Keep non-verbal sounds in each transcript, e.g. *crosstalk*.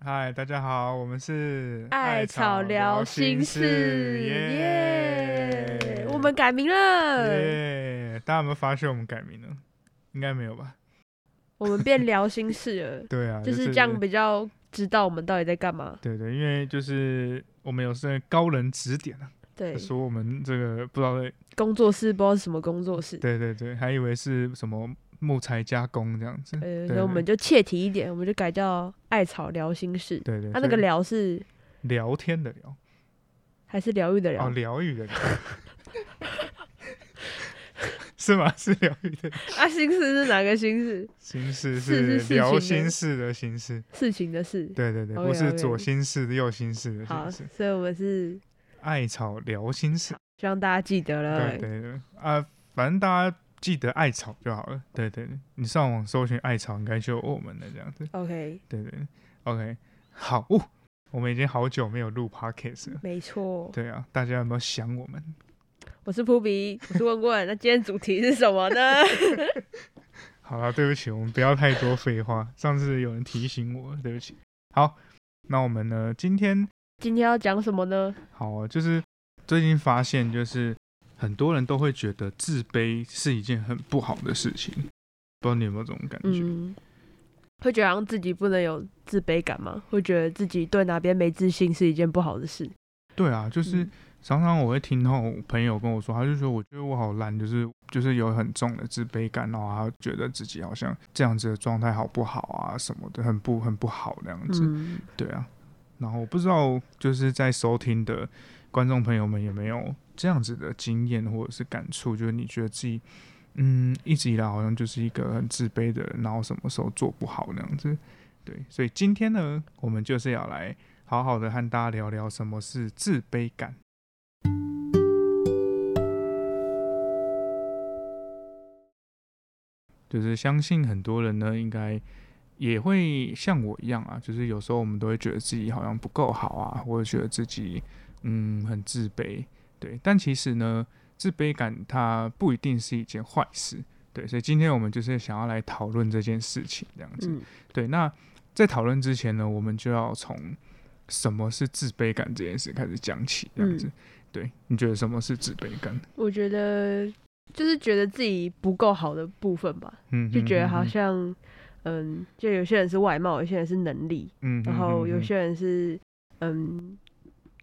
嗨，大家好，我们是艾草聊心事，耶！我们改名了，耶！大家有没有发现我们改名了？应该没有吧？我们变聊 *laughs* 心事对啊，了，就是这样比较知道我们到底在干嘛。对对，因为就是我们有是高人指点啊，对，说我们这个不知道在，工作室不知道是什么工作室，对对对，还以为是什么木材加工这样子。呃，对那我们就切题一点，我们就改叫艾草聊心事。对对，它啊那个所以聊是聊天的聊，还是疗愈的哦，疗？疗愈的聊， *laughs* 是吗？是疗愈的 *laughs* 啊，心事是哪个心事？心事，是是事情聊的心事的心事。事情的事。对对对， OK，不是 OK 左心事右心事的好，心事，所以我们是艾草聊心事。希望大家记得对了。对对，啊，反正大家记得艾草就好了。对对对，你上网搜寻艾草，应该就有我们的这样子。 OK，对对对，OK，好，哦，我们已经好久没有录 podcast 了。没错，对啊，大家有没有想我们？我是扑鼻，我是问问。那今天主题是什么呢？好了，对不起，我们不要太多废话。上次有人提醒我，对不起。好，那我们呢？今天今天要讲什么呢？好啊，就是最近发现，就是很多人都会觉得自卑是一件很不好的事情，不知道你有没有这种感觉？嗯，会觉得好像自己不能有自卑感吗？会觉得自己对哪边没自信是一件不好的事。对啊，就是嗯常常我会听到我朋友跟我说，他就说我觉得我好烂，就是就是有很重的自卑感，然后他觉得自己好像这样子的状态好不好啊什么的，很不很不好那样子。嗯，对啊，然后我不知道就是在收听的观众朋友们有没有这样子的经验或者是感触，就是你觉得自己嗯一直以来好像就是一个很自卑的人，然后什么时候做不好那样子。对，所以今天呢，我们就是要来好好的和大家聊聊什么是自卑感。就是相信很多人呢，应该也会像我一样啊，就是有时候我们都会觉得自己好像不够好啊，或者觉得自己嗯很自卑，对。但其实呢，自卑感它不一定是一件坏事，对。所以今天我们就是想要来讨论这件事情，这样子。嗯，对，那在讨论之前呢，我们就要从什么是自卑感这件事开始讲起，这样子。嗯对，你觉得什么是自卑感？我觉得就是觉得自己不够好的部分吧，嗯，就觉得好嗯，像，嗯，就有些人是外貌，有些人是能力，嗯，然嗯后有嗯些人是，嗯，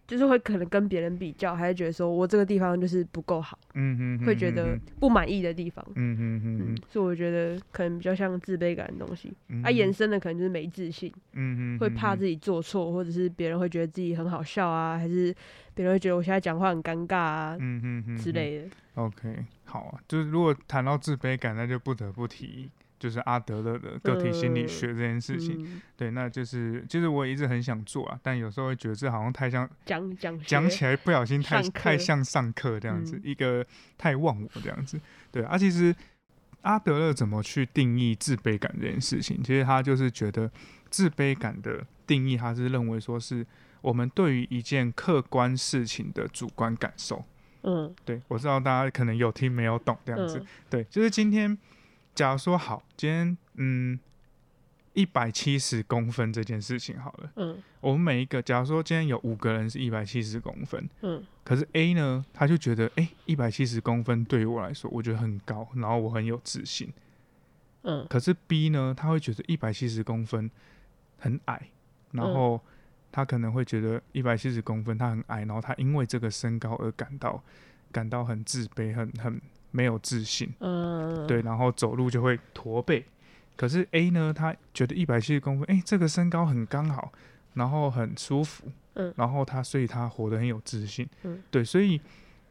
就是会可能跟别人比较，还是觉得说我这个地方就是不够好，嗯嗯会觉得不满意的地方。嗯嗯嗯嗯，所以我觉得可能比较像自卑感的东西，嗯啊，延伸的可能就是没自信，嗯嗯会怕己，自己做错，或者是别人会觉得自己很好笑啊，还是别人会觉得我现在讲话很尴尬啊嗯嗯嗯之。类的。 OK，好啊，就是如果谈到自卑感，那就不得不提。就是阿德勒的个体心理嗯学这件事情，嗯，对，那就是其实我一直很想做啊，但有时候会觉得这好像太像讲讲讲学起来不小心太上课太像上课这样子，嗯一个太忘我这样子。对啊，其实阿德勒怎么去定义自卑感这件事情？其实他就是觉得自卑感的定义，他是认为说是我们对于一件客观事情的主观感受。嗯对我知道大家可能有听没有懂这样子，嗯对，就是今天假如说好，今天嗯一百七十公分这件事情好了，嗯我们每一个假如说今天有五个人是一百七十公分。嗯可是 A 呢，他就觉得，哎、一百七十公分对于我来说，我觉得很高，然后我很有自信。嗯可是 B 呢，他会觉得一百七十公分很矮，然后他可能会觉得一百七十公分他很矮，然后他因为这个身高而感到感到很自卑，很很没有自信，嗯，对，然后走路就会驼背。可是 A 呢，他觉得一百七十公分，哎、这个身高很刚好，然后很舒服，嗯然后他所以他活得很有自信，嗯对，所以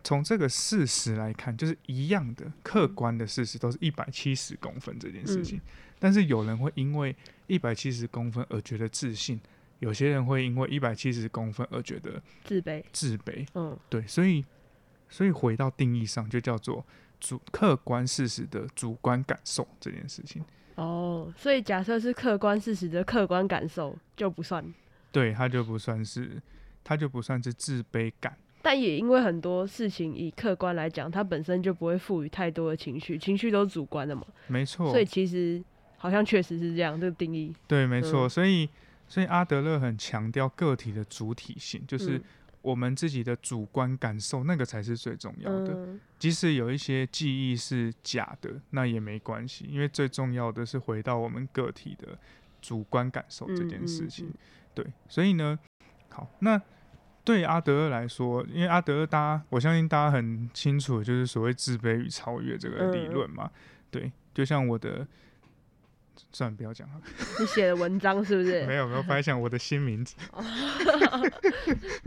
从这个事实来看，就是一样的客嗯观的事实都是一百七十公分这件事情，但是有人会因为一百七十公分而觉得自信，有些人会因为一百七十公分而觉得自卑，自卑，嗯对，所以所以回到定义上，就叫做主客观事实的主观感受这件事情，哦，所以假设是客观事实的客观感受就不算，对，它就不算是它就不算是自卑感。但也因为很多事情以客观来讲，它本身就不会赋予太多的情绪，情绪都是主观的嘛，没错，所以其实好像确实是这样，这个定义，对，没错，嗯所以所以阿德勒很强调个体的主体性，就是嗯我们自己的主观感受，那个才是最重要的。嗯即使有一些记忆是假的，那也没关系，因为最重要的是回到我们个体的主观感受这件事情。嗯嗯对，所以呢，好，那对阿德勒来说，因为阿德勒大家我相信大家很清楚，就是所谓自卑与超越这个理论嘛。嗯对，就像我的，算了，不要讲了，你写的文章是不 *laughs* 没是有没有，白想我的新名 *laughs* 字，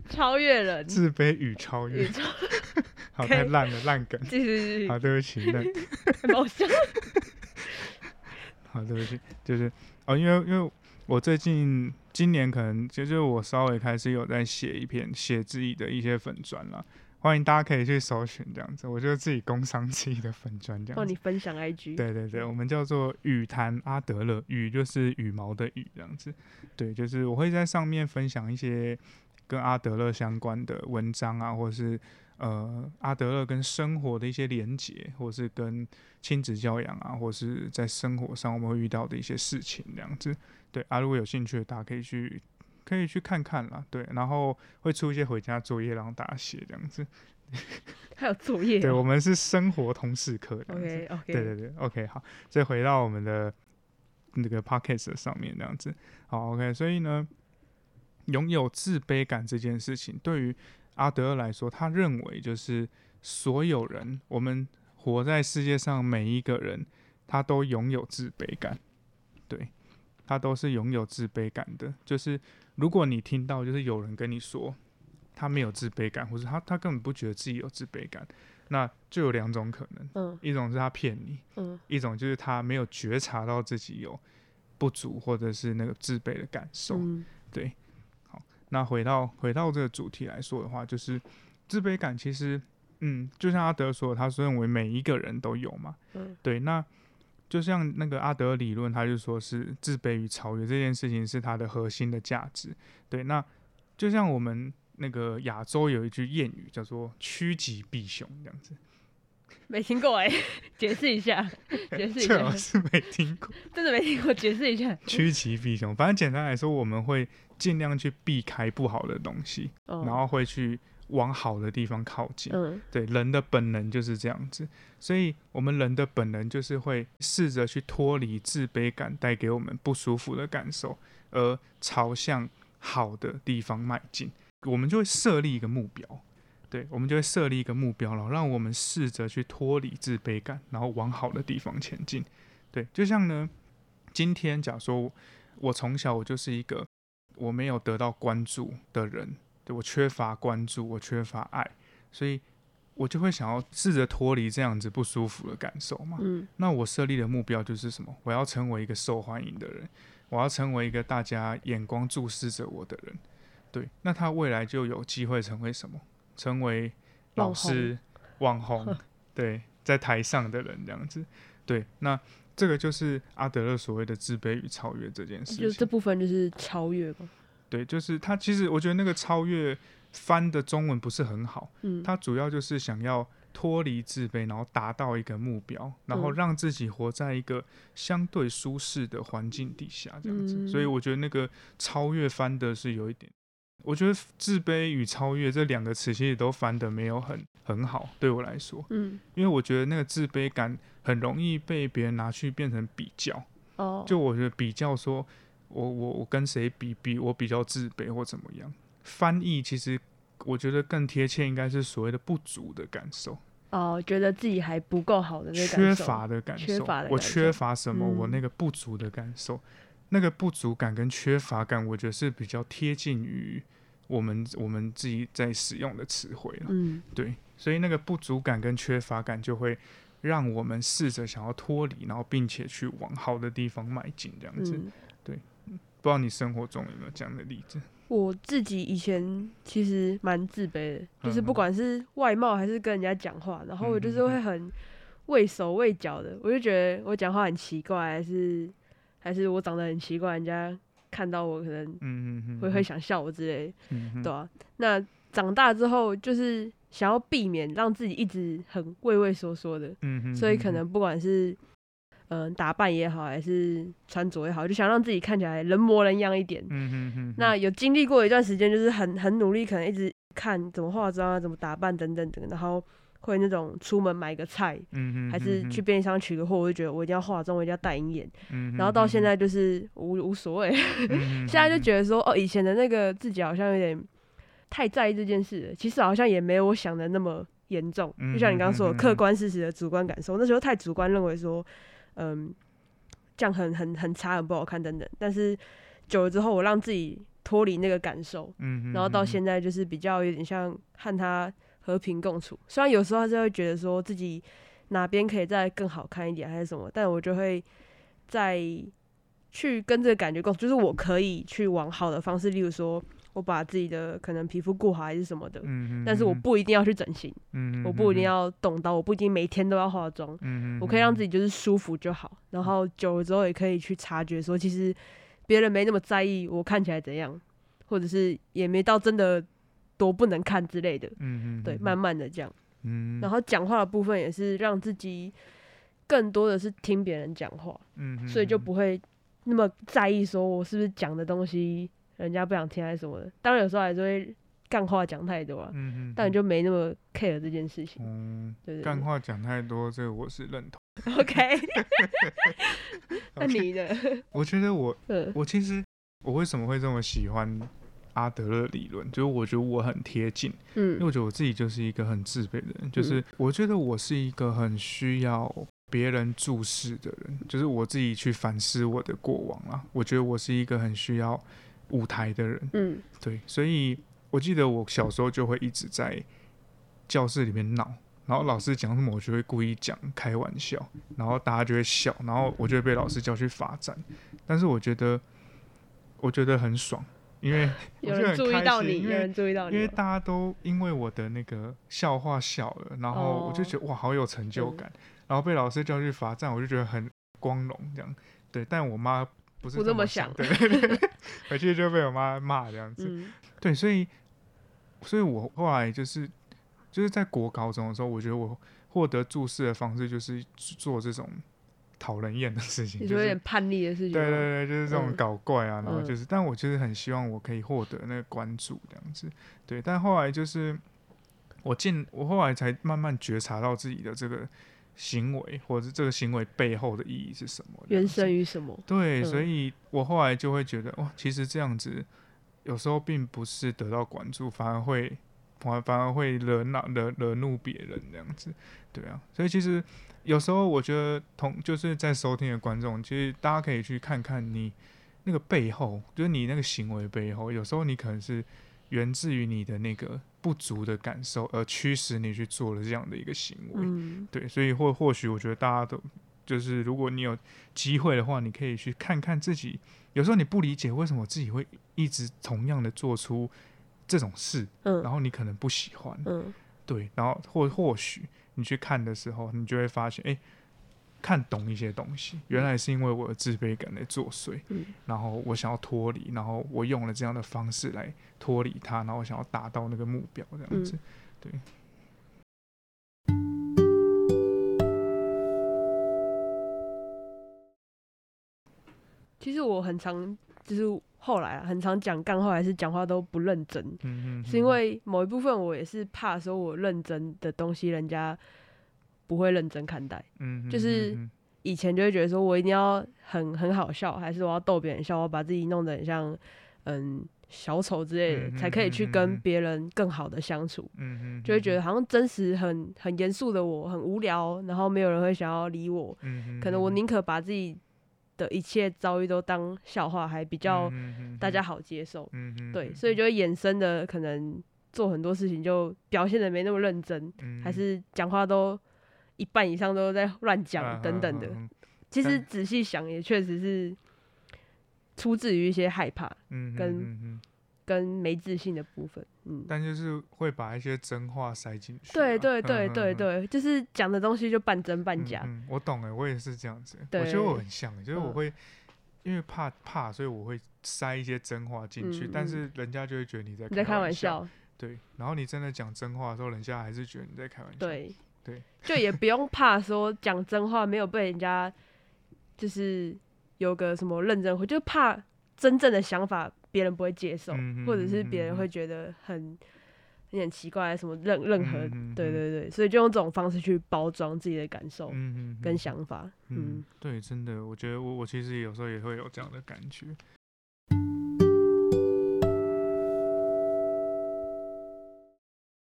超越人？自卑与超 *laughs* 你越，超好，可以太烂了，烂 *laughs* 梗。继续继续好，，对不起，那 *laughs* 好笑。好，啊对不起，就是哦，因为因为我最近今年可能就是我稍微开始有在写一篇写自己的一些粉砖啦，欢迎大家可以去搜寻这样子，我就自己工商 *laughs* 自己的粉砖这样帮哦你子。分享 IG，对对对，我们叫做羽坛阿德勒，羽就是羽毛的羽这样子。对，就是我会在上面分享一些跟阿德勒相关的文章啊，或是呃阿德勒跟生活的一些连结，或是跟亲子教养啊，或是在生活上我们会遇到的一些事情这样子。对啊，如果有兴趣的，大家可以去可以去看看啦。对，然后会出一些回家作业让大家写这样子。还有作业对，哦。我们是生活通识课这样子。 OK OK，对对对，OK，好，再回到我们的那个 podcast 上面这样子。好，OK，所以呢，拥有自卑感这件事情，对于阿德勒来说，他认为就是所有人，我们活在世界上每一个人，他都拥有自卑感，对。他都是拥有自卑感的，就是如果你听到就是有人跟你说他没有自卑感，或者他他根本不觉得自己有自卑感，那就有两种可能，嗯一种是他骗你，嗯一种就是他没有觉察到自己有不足或者是那个自卑的感受。嗯对，好，那回到回到这个主题来说的话，就是自卑感其实，嗯，就像阿德说的，他是认为每一个人都有嘛。嗯对，那就像那个阿德理论，他就说是自卑与超越这件事情是他的核心的价值。对，那就像我们那个亚洲有一句谚语叫做“趋吉避凶”这样子，没听过哎， *laughs* 解释一 *laughs* 下，解释一这下我，是没听过。真的没听过，解释一下。趋吉避凶，反正简单来说，我们会尽量去避开不好的东西，然然后会去往好的地方靠近。哦嗯对，人的本能就是这样子，所以我们人的本能就是会试着去脱离自卑感带给我们不舒服的感受，而朝向好的地方迈进。我们就会设立一个目标，对，我们就会设立一个目标，然后让我们试着去脱离自卑感，然后往好的地方前进。对，就像呢，今天假如说我我从小我就是一个我没有得到关注的人，对我缺乏关注，我缺乏爱，所以我就会想要试着脱离这样子不舒服的感受嘛。嗯那我设立的目标就是什么？我要成为一个受欢迎的人，我要成为一个大家眼光注视着我的人。对，那他未来就有机会成为什么？成为老师、网红， *laughs* 对，在台上的人这样子。对，那这个就是阿德勒所谓的自卑与超越这件事情。就这部分就是超越吧。对，就是他其实我觉得那个超越翻的中文不是很好，嗯，他主要就是想要脱离自卑，然后达到一个目标，然后嗯让自己活在一个相对舒适的环境底下，这样子。嗯所以我觉得那个超越翻的是有一点，我觉得自卑与超越这两个词其实都翻的没有很很好，对我来说，嗯因为我觉得那个自卑感很容易被别人拿去变成比较。哦，就我觉得比较说，我我我跟谁比比我比较自卑或怎么样，翻译其实我觉得更贴切应该是所谓的不足的感受，哦，觉得自己还不够好的那缺感受，乏的感受，缺乏的我感缺受乏什么，我那嗯个不足的感受，那个不足感跟缺乏感，我觉得是比较贴近于我们我们自己在使用的词汇了。嗯对，所以那个不足感跟缺乏感就会让我们试着想要脱离，然后并且去往好的地方迈进，这样子。嗯。不知道你生活中有没有这样的例子？我自己以前其实蛮自卑的，就是嗯不管是外貌还是跟人家讲话，然后我就是会很畏手畏脚的，我就觉得我讲话很奇怪，还是还是我长得很奇怪，人家看到我可能嗯嗯嗯，会会想笑我之类的，嗯哼对啊。那长大之后就是想要避免让自己一直很畏畏缩缩的，嗯哼，所以嗯可哼能不管是嗯、打扮也好，还是穿着也好，就想让自己看起来人模人样一点。嗯哼哼，那有经历过一段时间，就是很很努力，可能一直看怎么化妆啊，怎么打扮等等等，然后会那种出门买个菜，嗯哼，还是去，便利商取个货，我就觉得我一定要化妆，我一定要戴银眼。嗯、然后到现，在就是无无所谓，现在就觉得说，哦，以前的那个自己好像有点太在意这件事了，其实好像也没有我想的那么严重。嗯就像你刚刚说嗯的，嗯嗯客观事实的主观感受，那时候太主观认为说，嗯，这样很很很差，很不好看等等。但是久了之后，我让自己脱离那个感受，嗯，然后到现在就是比较有点像和他和平共处。虽然有时候还是会觉得说自己哪边可以再更好看一点还是什么，但我就会再去跟这个感觉共处，就是我可以去往好的方式，例如说我把自己的可能皮肤顾好还是什么的，嗯，但是我，不一定要去整形，嗯，我不一定，要动刀，我不一定每天都要化妆。嗯，我可以让自己就是舒服就好，然后久了之后也可以去察觉说，其实别人没那么在意我看起来怎样，或者是也没到真的多不能看之类的。嗯嗯，对，慢，慢的这样，嗯，然后，后讲话的部分也是让自己更多的是听别人讲话，嗯，所以就，不会那么在意说我是不是讲的东西人家不想听还是什么的。当然有时候还是会干话讲太多啊，嗯嗯，但就没那么 care 这件事情，嗯，对不对干话讲太多，这个我是认同。 *laughs* ？OK，*laughs* 那你呢？我觉得我嗯我其实我为什么会这么喜欢阿德勒理论，就是我觉得我很贴近，因为嗯我觉得我自己就是一个很自卑的人，就是嗯我觉得我是一个很需要别人注视的人，就是我自己去反思我的过往啊。我觉得我是一个很需要舞台的人，嗯对，所以我记得我小时候就会一直在教室里面闹，然后老师讲什么，我就会故意讲开玩笑，然后大家就会笑，然后我就会被老师叫去罚站。但是我觉得，我觉得很爽，因 *laughs* 为我有觉得人很注开意到心你，因哦有为人注意到因你为了，大家都因为我的那个笑话笑了，然后我就哦觉得、哇，好有成就嗯感。然后被老师叫去罚站，我就觉得很光荣这样。对，但我妈不是不这这么想，想对对对 *laughs* 对，回去就被我妈骂这样子。嗯对，所以，所以我后来就是就是在国高中的时候，我觉得我获得注视的方式就是做这种讨人厌的事情，你就说有是点叛逆的事情吗，对对对，就是这种嗯搞怪啊，然后嗯就是，但我就是很希望我可以获得那个关注这样子，对。但后来就是我进，我后来才慢慢觉察到自己的这个行为，或者是这个行为背后的意义是什么，这样原子生于什么？对，所嗯以我后来就会觉得，哇，其实这样子有时候并不是得到关注，反而会反反而会惹恼惹惹怒别人这样子，对啊。所以其实有时候我觉得同就是在收听的观众，其实大家可以去看看你那个背后，就是你那个行为背后，有时候你可能是源自于你的那个不足的感受，而驱使你去做了这样的一个行为。嗯，对，所以或或许我觉得大家都就是，如果你有机会的话，你可以去看看自己。有时候你不理解为什么自己会一直同样的做出这种事，然嗯后你可能不喜欢，嗯对，然后或或许你去看的时候，你就会发现，哎、看懂一些东西，原来是因为我的自卑感在作祟，嗯然后我想要脱离，然后我用了这样的方式来脱离它，然后我想要达到那个目标，这样嗯子。其实我很常就是后来啊，很常讲干话，还是讲话都不认真，嗯嗯，是因为某一部分我也是怕说我认真的东西人家不会认真看待。嗯，就是嗯嗯以前就会觉得说我一定要很很好笑，还是我要逗别人笑，我要把自己弄得很像嗯小丑之类的，嗯才可以去跟嗯别人更好的相处。嗯嗯，就会觉得。得好像真实很很严肃的我很无聊，然后没有人会想要理我。嗯可能我宁可把自己的一切遭遇都当笑话，还比较大家，好接受。嗯哼对，所以就会衍生的可能做很多事情就表现的没那么认真，嗯还是讲话都一半以上都在乱啊嗯讲等等的。，其实但仔细想也确实是出自于一些害怕嗯，跟跟，跟没自信的部分。嗯，但就是会把一些真话塞进去啊，对对对嗯对，对，就是讲的东西就半真半嗯假。嗯我懂哎，我也是这样子欸，我觉得我对很像欸，就是我嗯会因为怕怕，所以我会塞一些真话进去，嗯但嗯是人家就会觉得你在你在开玩玩，笑，对，然后你真的讲真话的时候，人家还是觉得你在开玩笑，对对，就也不用怕说讲真话没有被人家就是有个什么认真会，就怕真正的想法别人不会接受，嗯或者是嗯别人嗯会觉得很有点奇怪，啊什么任任何，嗯嗯对嗯对对，所以就用这种方式去包装自己的感受嗯嗯，跟想法，嗯嗯，对，真的，我觉得我我其实有时候也会有这样的感觉。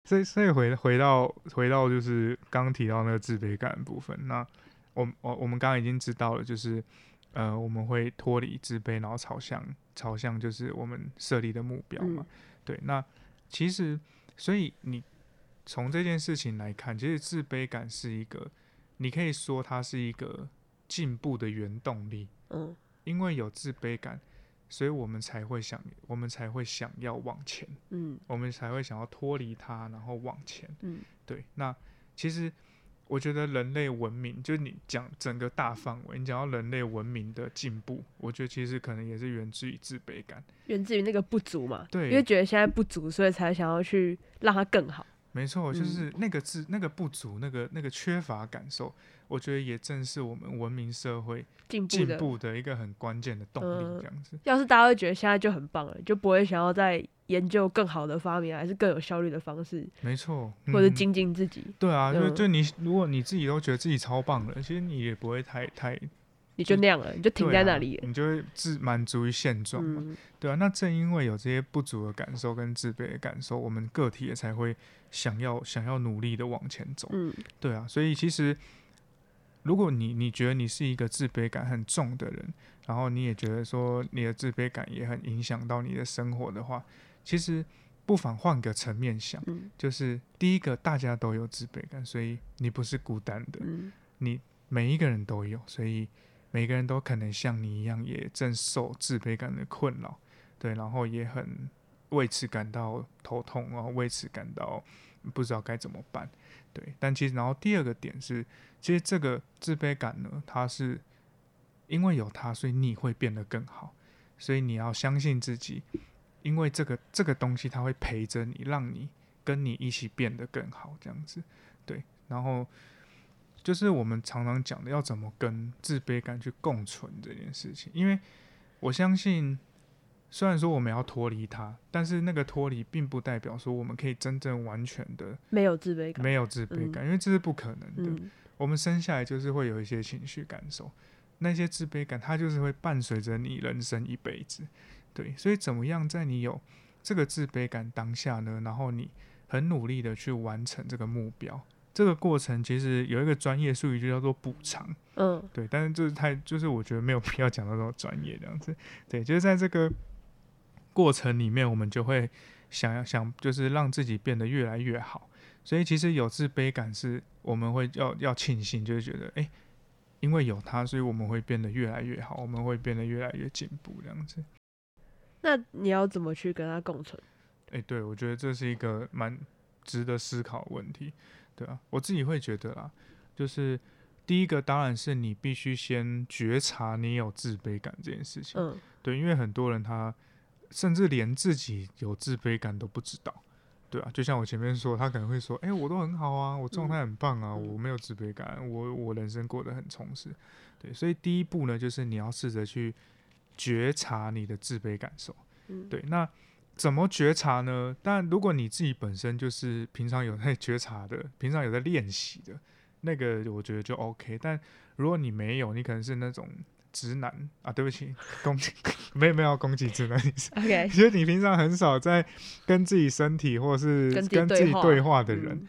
所以，所以回回到回到就是刚提到那个自卑感的部分，那我我我们刚刚已经知道了，就是呃我们会脱离自卑，然后朝向朝向就是我们设立的目标嘛。嗯对，那其实所以你从这件事情来看，其实自卑感是一个，你可以说它是一个进步的原动力，嗯因为有自卑感，所以我们才会想，我们才会想要往前，嗯我们才会想要脱离它，然后往前。嗯对，那其实我觉得人类文明，就是你讲整个大范围，你讲到人类文明的进步，我觉得其实可能也是源自于自卑感。源自于那个不足嘛，对因为觉得现在不足，所以才想要去让它更好，没错，就嗯是那个自、那个不足、那个那个缺乏感受，我觉得也正是我们文明社会进步进的。步的一个很关键的动力。嗯这样子，要是大家会觉得现在就很棒了，就不会想要再研究更好的发明，还是更有效率的方式，没错，嗯、或者精进自己，对啊，就嗯就你如果你自己都觉得自己超棒了，其实你也不会太太你就就那样了，你就停对在啊那里了。你就会自满足于现状嘛。嗯对啊，那正因为有这些不足的感受跟自卑的感受，我们个体也才会想要想要努力的往前走。嗯对啊，所以其实如果你你觉得你是一个自卑感很重的人，然后你也觉得说你的自卑感也很影响到你的生活的话，其实不妨换个层面想，嗯就是第一个大家都有自卑感，所以你不是孤单的，嗯每一个人都有，所以每个人都可能像你一样，也正受自卑感的困扰，对，然后也很为此感到头痛，然后为此感到不知道该怎么办，对。但其实，然后第二个点是，其实这个自卑感呢，它是因为有它，所以你会变得更好，所以你要相信自己，因为这个这个东西它会陪着你，让你跟你一起变得更好，这样子，对。然后就是我们常常讲的要怎么跟自卑感去共存这件事情，因为我相信，虽然说我们要脱离它，但是那个脱离并不代表说我们可以真正完全的没有自卑感。没有自卑感，因为这是不可能的。嗯我们生下来就是会有一些情绪感受，那些自卑感它就是会伴随着你人生一辈子。对，所以怎么样在你有这个自卑感当下呢？然后你很努力的去完成这个目标，这个过程其实有一个专业术语就叫做补偿。嗯对，但是就是太就是我觉得没有必要讲到这么专业这样子。对，就是在这个过程里面，我们就会想要想，就是让自己变得越来越好。所以其实有自卑感是我们会要要庆幸，就是觉得诶，因为有它，所以我们会变得越来越好，我们会变得越来越进步这样子。那你要怎么去跟他共存？诶，对，我觉得这是一个蛮值得思考的问题，对啊，我自己会觉得啦，就是第一个当然是你必须先觉察你有自卑感这件事情， *laughs* 嗯对，因为很多人他甚至连自己有自卑感都不知道，对啊，就像我前面说，他可能会说，哎、我都很好啊，我状态很棒啊，嗯我没有自卑感，我我人生过得很充实，对，所以第一步呢，就是你要试着去觉察你的自卑感受。嗯，对，那怎么觉察呢？但如果你自己本身就是平常有在觉察的，平常有在练习的，那个我觉得就 OK。但如果你没有，你可能是那种直男啊，对不起，攻 *laughs* 击没有没有攻击直 *laughs* 男意思。 *laughs* ，OK，其实你平常很少在跟自己身体或是跟自己跟自己对话对话的人，嗯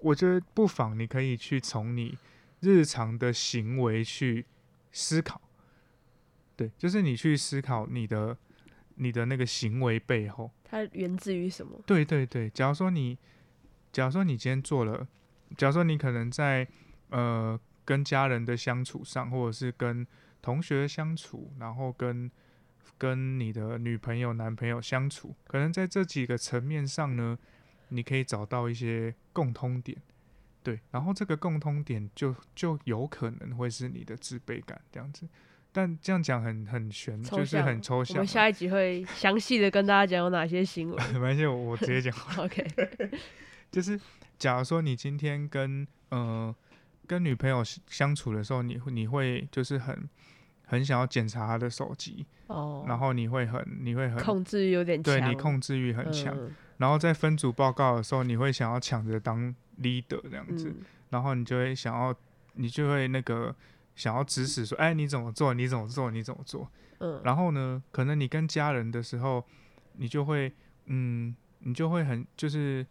我觉得不妨你可以去从你日常的行为去思考，对，就是你去思考你的你的那个行为背后，它源自于什么？对对对，假如说你，假如说你今天做了，假如说你可能在呃跟家人的相处上，或者是跟同学相处，然后跟跟你的女朋友、男朋友相处，可能在这几个层面上呢，你可以找到一些共通点，对，然后这个共通点就就有可能会是你的自卑感这样子。但这样讲很很悬，嗯抽就是象很抽我象们啊。下一集会详细的跟大家讲有哪些 *laughs* 行为。没关系，我我直接讲 OK，就是假如说你今天跟呃跟女朋友相相处的时候，你会你会就是很很想要检查她的手机，哦，然后你会很你会很控制欲有点强，对你控制欲很强，嗯然后在分组报告的时候，你会想要抢着当 leader 这样子，嗯然后你就会想要你就会那个想要指使说，哎，你怎么做？你怎么做？你怎么做？嗯，然后呢，可能你跟家人的时候，你就会，嗯，你就会很就是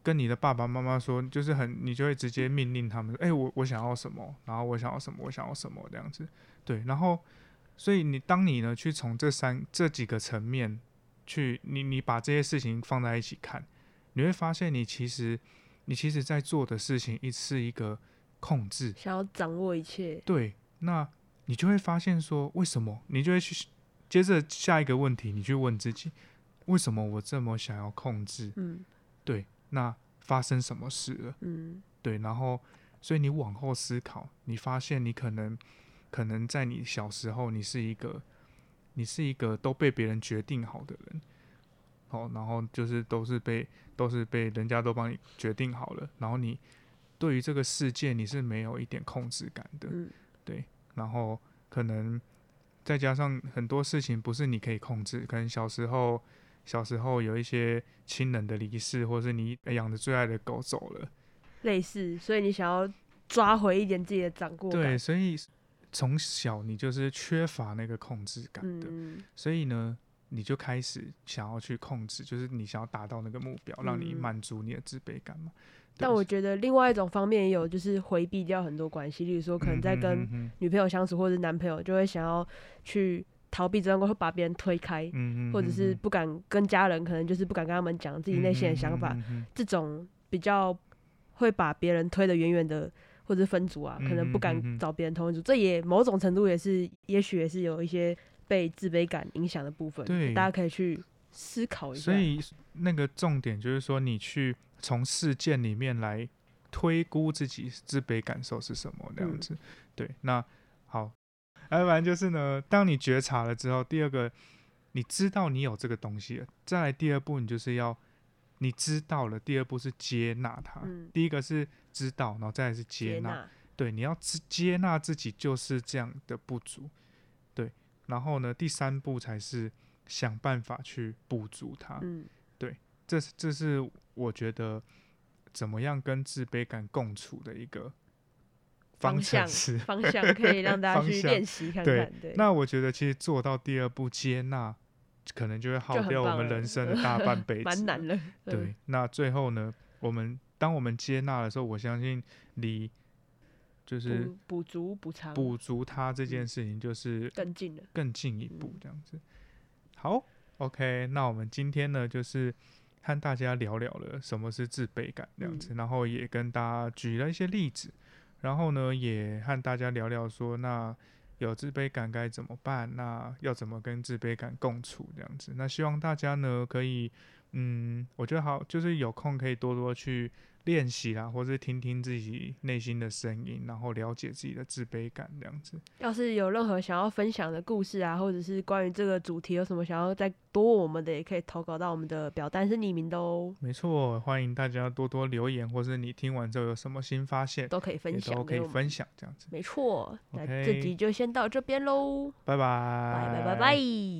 跟你的爸爸妈妈说，就是很，你就会直接命令他们，哎、我我想要什么，然后我想要什么，我想要什么这样子，对，然后，所以你当你呢去从这三这几个层面去，你你把这些事情放在一起看，你会发现你其实你其实在做的事情一是一个控制，想要掌握一切，对，那你就会发现说，为什么？你就会去接着下一个问题，你去问自己，为什么我这么想要控制？嗯对，那发生什么事了？嗯对，然后，所以你往后思考，你发现你可能，可能在你小时候，你是一个，你是一个都被别人决定好的人，好、然后就是都是被都是被人家都帮你决定好了，然后你对于这个世界你是没有一点控制感的，嗯然后可能再加上很多事情不是你可以控制，可能小时候小时候有一些亲人的离世，或是你养的最爱的狗走了，类似，所以你想要抓回一点自己的掌握对，感，所以从小你就是缺乏那个控制感的，嗯，所以呢，你就开始想要去控制，就是你想要达到那个目标，让你嗯满足你的自卑感嘛。对但我觉得另外一种方面也有，就是回避掉很多关系，例如说可能在跟嗯哼女朋友相处或者男朋友，就会想要去逃避这段关系，会把别人推开，嗯哼或者是不敢跟家人，可能就是不敢跟他们讲自己内心的想法，嗯哼嗯哼这种比较会把别人推得远远的，或者分组啊，嗯可能嗯不嗯敢嗯找别人同一组，这也某种程度也是，也许也是有一些被自卑感影响的部分，对大家可以去思考一下。所以那个重点就是说，你去从事件里面来推估自己自卑感受是什么，这样嗯子。对，那好，哎，反正就是呢，当你觉察了之后，第二个，你知道你有这个东西了，再来第二步，你就是要你知道了，第二步是接纳它。嗯，第一个是知道，然后再来是接纳，纳，对，你要自接纳自己就是这样的不足，对。然后呢，第三步才是想办法去补足它。嗯这是这是我觉得怎么样跟自卑感共处的一个方程向式。 *laughs* 方向可以让大家方去向练习 *laughs* 看对看。对，那我觉得其实做到第二步接纳，可能就会耗很掉我棒们了人生的大半辈子。 *laughs* 蛮难的。嗯对，那最后呢，我们当我们接纳的时候，我相信离就是嗯，补补足补嗯偿补足它这件事情，就是更近了。更进一步嗯这样子。好，OK，那我们今天呢，就是和大家聊聊了什么是自卑感这样子，然后也跟大家举了一些例子，然后呢，也和大家聊聊说，那有自卑感该怎么办？那要怎么跟自卑感共处这样子？那希望大家呢可以，嗯，我觉得好，就是有空可以多多去练习啦，或是听听自己内心的声音，然后了解自己的自卑感这样子。要是有任何想要分享的故事啊，或者是关于这个主题有什么想要再多问我们的，也可以投稿到我们的表单是匿名的哦，没错，欢迎大家多多留言，或是你听完之后有什么新发现，都可以也分享都可给以我们。分享这样子。没错，那 OK 这集就先到这边喽，拜拜，拜拜拜拜。